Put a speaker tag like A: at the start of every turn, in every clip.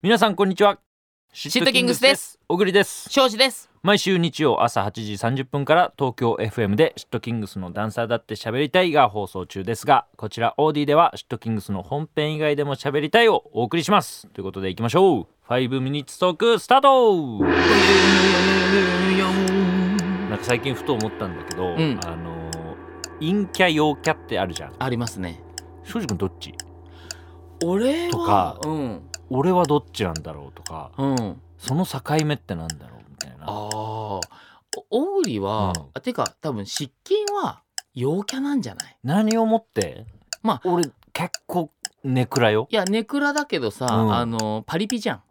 A: 皆さんこんにちはシ
B: ットキングスです
A: 小栗です
B: 庄司です
A: 毎週日曜朝8時30分から東京 FM でシットキングスのダンサーだって喋りたいが放送中ですがこちら OD ではシットキングスの本編以外でも喋りたいをお送りしますということでいきましょう5ミニッツトークスタートなんか最近ふと思ったんだけど、
B: ん
A: あの陰キャ陽キャってあるじゃん
B: ありますね
A: 庄司君どっち
B: 俺
A: と
B: は
A: か
B: うん
A: 俺はどっちなんだろうとか
B: うん
A: その境目ってなんだろうみたいな
B: あーお小栗は、
A: うん
B: あてか多分失禁は陽キャなんじゃない
A: 何をもって
B: まあ
A: 俺結構ネクラよ
B: いやネクラだけどさ、
A: うん
B: あのパリピじゃん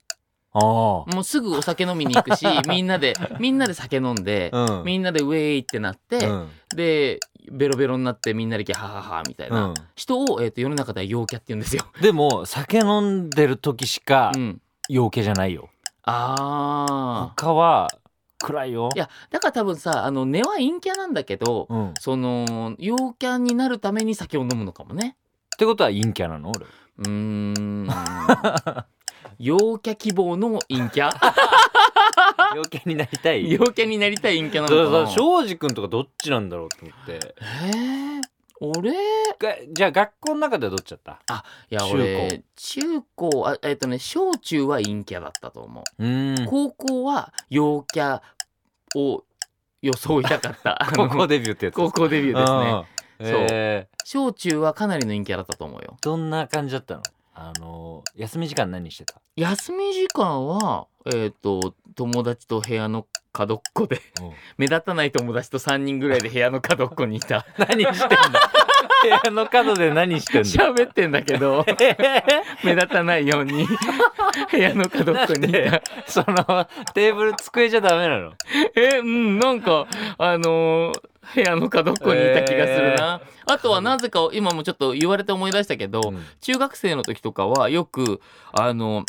A: あ
B: もうすぐお酒飲みに行くしみんな でみんなで酒飲んで、
A: あ
B: みんなでウェイってなって、
A: うん
B: でベロベロになってみんなでキャハハハみたいうな、
A: ん
B: 人を、えー、と世の中では陽キャって言うんですよ。
A: でも酒飲んでる時しか
B: うん、
A: 陽気じゃないよ
B: あー
A: 他は暗いよ
B: いやだから多分さあの根は陰キャなんだけど、
A: うんっ
B: その陽キャになるために酒を飲むのかもね
A: てことは陰キャなの俺
B: う ーん陽キャ希望の陰キャ
A: 陽気になりたい
B: 陽キャになりたい陰キ
A: だ
B: ャな
A: か
B: のからな
A: さ庄司君とかどっちなんだろうと思って
B: えー、俺い
A: がじゃあ学校の中ではどっちだった
B: や
A: 中高
B: 俺中高あえっ、とね小中は陰キャだったと思う、
A: うん
B: 高校は陽キャを装いたかっ たあ
A: 高
B: の
A: 校デビューってやつ
B: 高校デビューですね
A: です
B: そう
A: ね
B: 小中はかなりの陰キャだったと思うよ
A: どんな感じだったのあの休み時間何してた
B: 休み時間はえっ、と友達と部屋の角っこで目立たない友達と3人ぐらいで部屋の角っこにいた
A: 何してんだ部屋の角で何してんだ
B: 喋ってんだけど目立たないように部屋の角っこにい
A: な
B: た
A: そのテーブル机じゃダメなの
B: えうんなんかあのー部屋の角っこにいた気がするな、あとはなぜか今もちょっと言われて思い出したけど、中学生の時とかはよくあの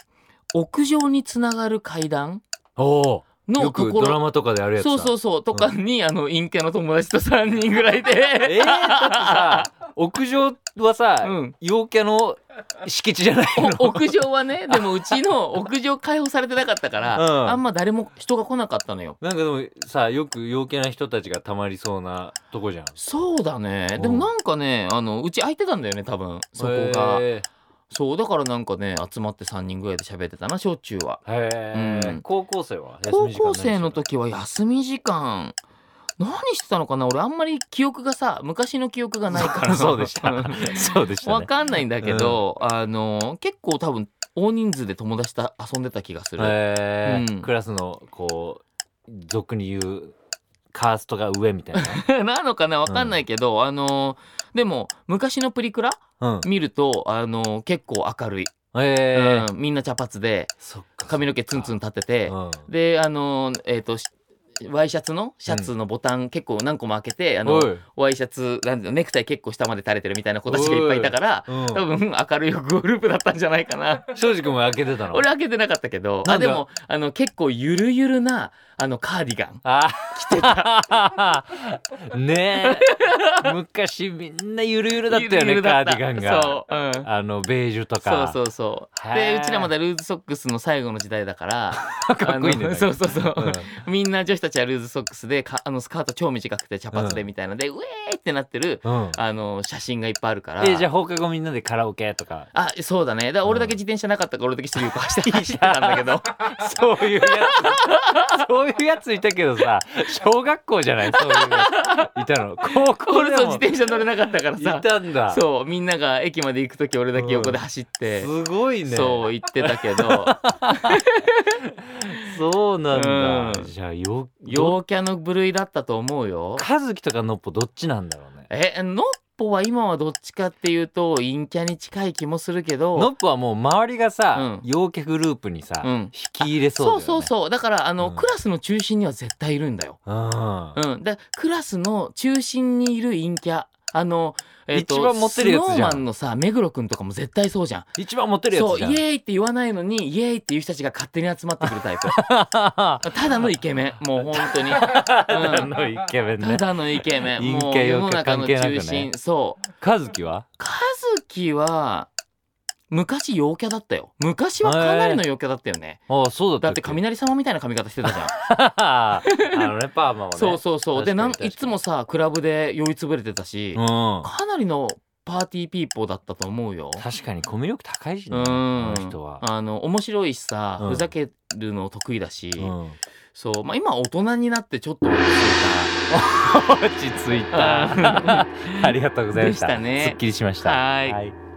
B: 屋上につながる階段
A: おお
B: の
A: よ
B: と
A: く
B: こ
A: ドラ
B: ろ
A: マとかでやるやつだ
B: そうそううそうとかに、あの陰キャの友達と3人ぐらいで
A: えー、だってさ屋上はさ、
B: うん
A: 陽キャの敷地じゃないの
B: お 屋上はねでもうちの屋上開放されてなかったから、
A: うん
B: あんま誰も人が来なかったのよ
A: なんかでもさよく陽キャな人たちがたまりそうなとこじゃん
B: そうだね
A: うん
B: でもなんかねあのうち空いてたんだよね多分そこが、
A: へ
B: そうだからなんかね集まって3人ぐらいで喋ってたな小中は
A: ーへー
B: うん
A: 高校生は休
B: 高
A: み時間何
B: 校
A: してた
B: 生の時は休み時間何してたのかな俺あんまり記憶がさ昔の記憶がないから
A: そうでした そうでした
B: わ
A: ね
B: かんないんだけど、あの結構多分大人数で友達と遊んでた気がする、
A: へー
B: うん
A: クラスのこう俗に言うカーストが上みたい
B: なのかなわかんないけど、あのでも昔のプリクラ
A: な。うん
B: 見るとあの結構明るい、
A: えー
B: うんみんな茶髪で
A: そっか
B: 髪の毛ツンツン
A: ン
B: 立てて、であのえっ、としワイシャツのシャツのボタン、結構何個も開けてあのワイシャツなんていうのネクタイ結構下まで垂れてるみたいな子たちがいっぱいいたから多分明るいグループだったんじゃないかな。
A: 庄司君も開けてたの
B: 俺開けてなかったけど
A: な
B: あ
A: んだ
B: でもあの結構ゆるゆるなあのカーディガン
A: あ来てた ねえ昔みんなゆるゆるだったよ
B: ゆるゆ
A: ね
B: る
A: カ
B: だ
A: ー
B: っ
A: デ
B: た
A: ィガンが
B: そう、うん、
A: あのベージュと
B: そう
A: か
B: そうそう。
A: へ
B: で
A: ー
B: うちらまだルーズソックスの最後の時代だから。
A: かっこいいね
B: あのそうそうそう。
A: うん
B: みんな女子たちはルーズソックスでかあのスカート超短くて茶髪
A: う
B: で
A: ん
B: みたいなで、うえーってなってる
A: うん
B: あの写真がいっぱいあるから。
A: えじゃあ放課後みんなでカラオケとか
B: あそうだねだから俺だけ自転車なかったから俺だけ一人横走って走ってたんだ けど
A: そういうやつそういうやついたけどさ小学校じゃないそういうやついたの高校
B: 俺
A: で
B: と
A: も
B: 自転車乗れなかったから
A: い
B: さ
A: たんだ
B: そうみんなが駅まで行く時俺だけ横で走って、
A: すごいね
B: そう言ってたけど
A: そうなんだ、
B: うん
A: じゃあよよ
B: 陽キャの部類だったと思うよ
A: 和樹とかのっぽどっちなんだろうね
B: えノッポは今はどっちかっていうと陰キャに近い気もするけど
A: のっぽはもう周りがさ、
B: うん
A: 陽キャグループにさ、
B: うん
A: 引き入れそうだ
B: そ
A: よ
B: う
A: ね
B: そうそうだからあの、
A: うん
B: クラスの中心には絶対いるんだよ、
A: うん
B: うん、でクラスの中心にいる陰キャあの、えっと
A: 一番持ってるやつじゃん
B: スノーマンのさ目黒くんとかも絶対そうじゃん
A: 一番モテるや
B: そ
A: つ
B: うイ
A: じ
B: エ
A: ゃん
B: ーイって言わないのにイエーイっていう人たちが勝手に集まってくるタ イプただのイケメンもう本当に、
A: あ
B: うん、
A: のイケメン
B: た
A: ね
B: だのイケメン
A: 陰
B: もう
A: キャ
B: 世
A: 陽
B: の
A: キャ
B: 中の
A: 関係なくね
B: 中心そう
A: 和樹は
B: 和樹は昔陽キャだったよ昔はかなりの陽キャだったよね、
A: ああそうだった
B: だって雷様みたいな髪型してたじ ゃん、
A: あのねパーマはね
B: そうそうそうでなん
A: 確かに
B: い
A: 確
B: つ
A: かに
B: もさクラブで酔いつぶれてたし、
A: うん
B: かなりのパーティーピーポーだったと思うよ
A: 確かにコミュ力高いし
B: う
A: ね
B: ん
A: あの人は
B: あの面白いしさ、
A: うん
B: ふざけるの得意だし、
A: うん
B: そうまあ今大人になってちょっと落ち着い
A: 落ち着いた ありがとうございました
B: でしたね
A: すっきりしました
B: はい
A: はい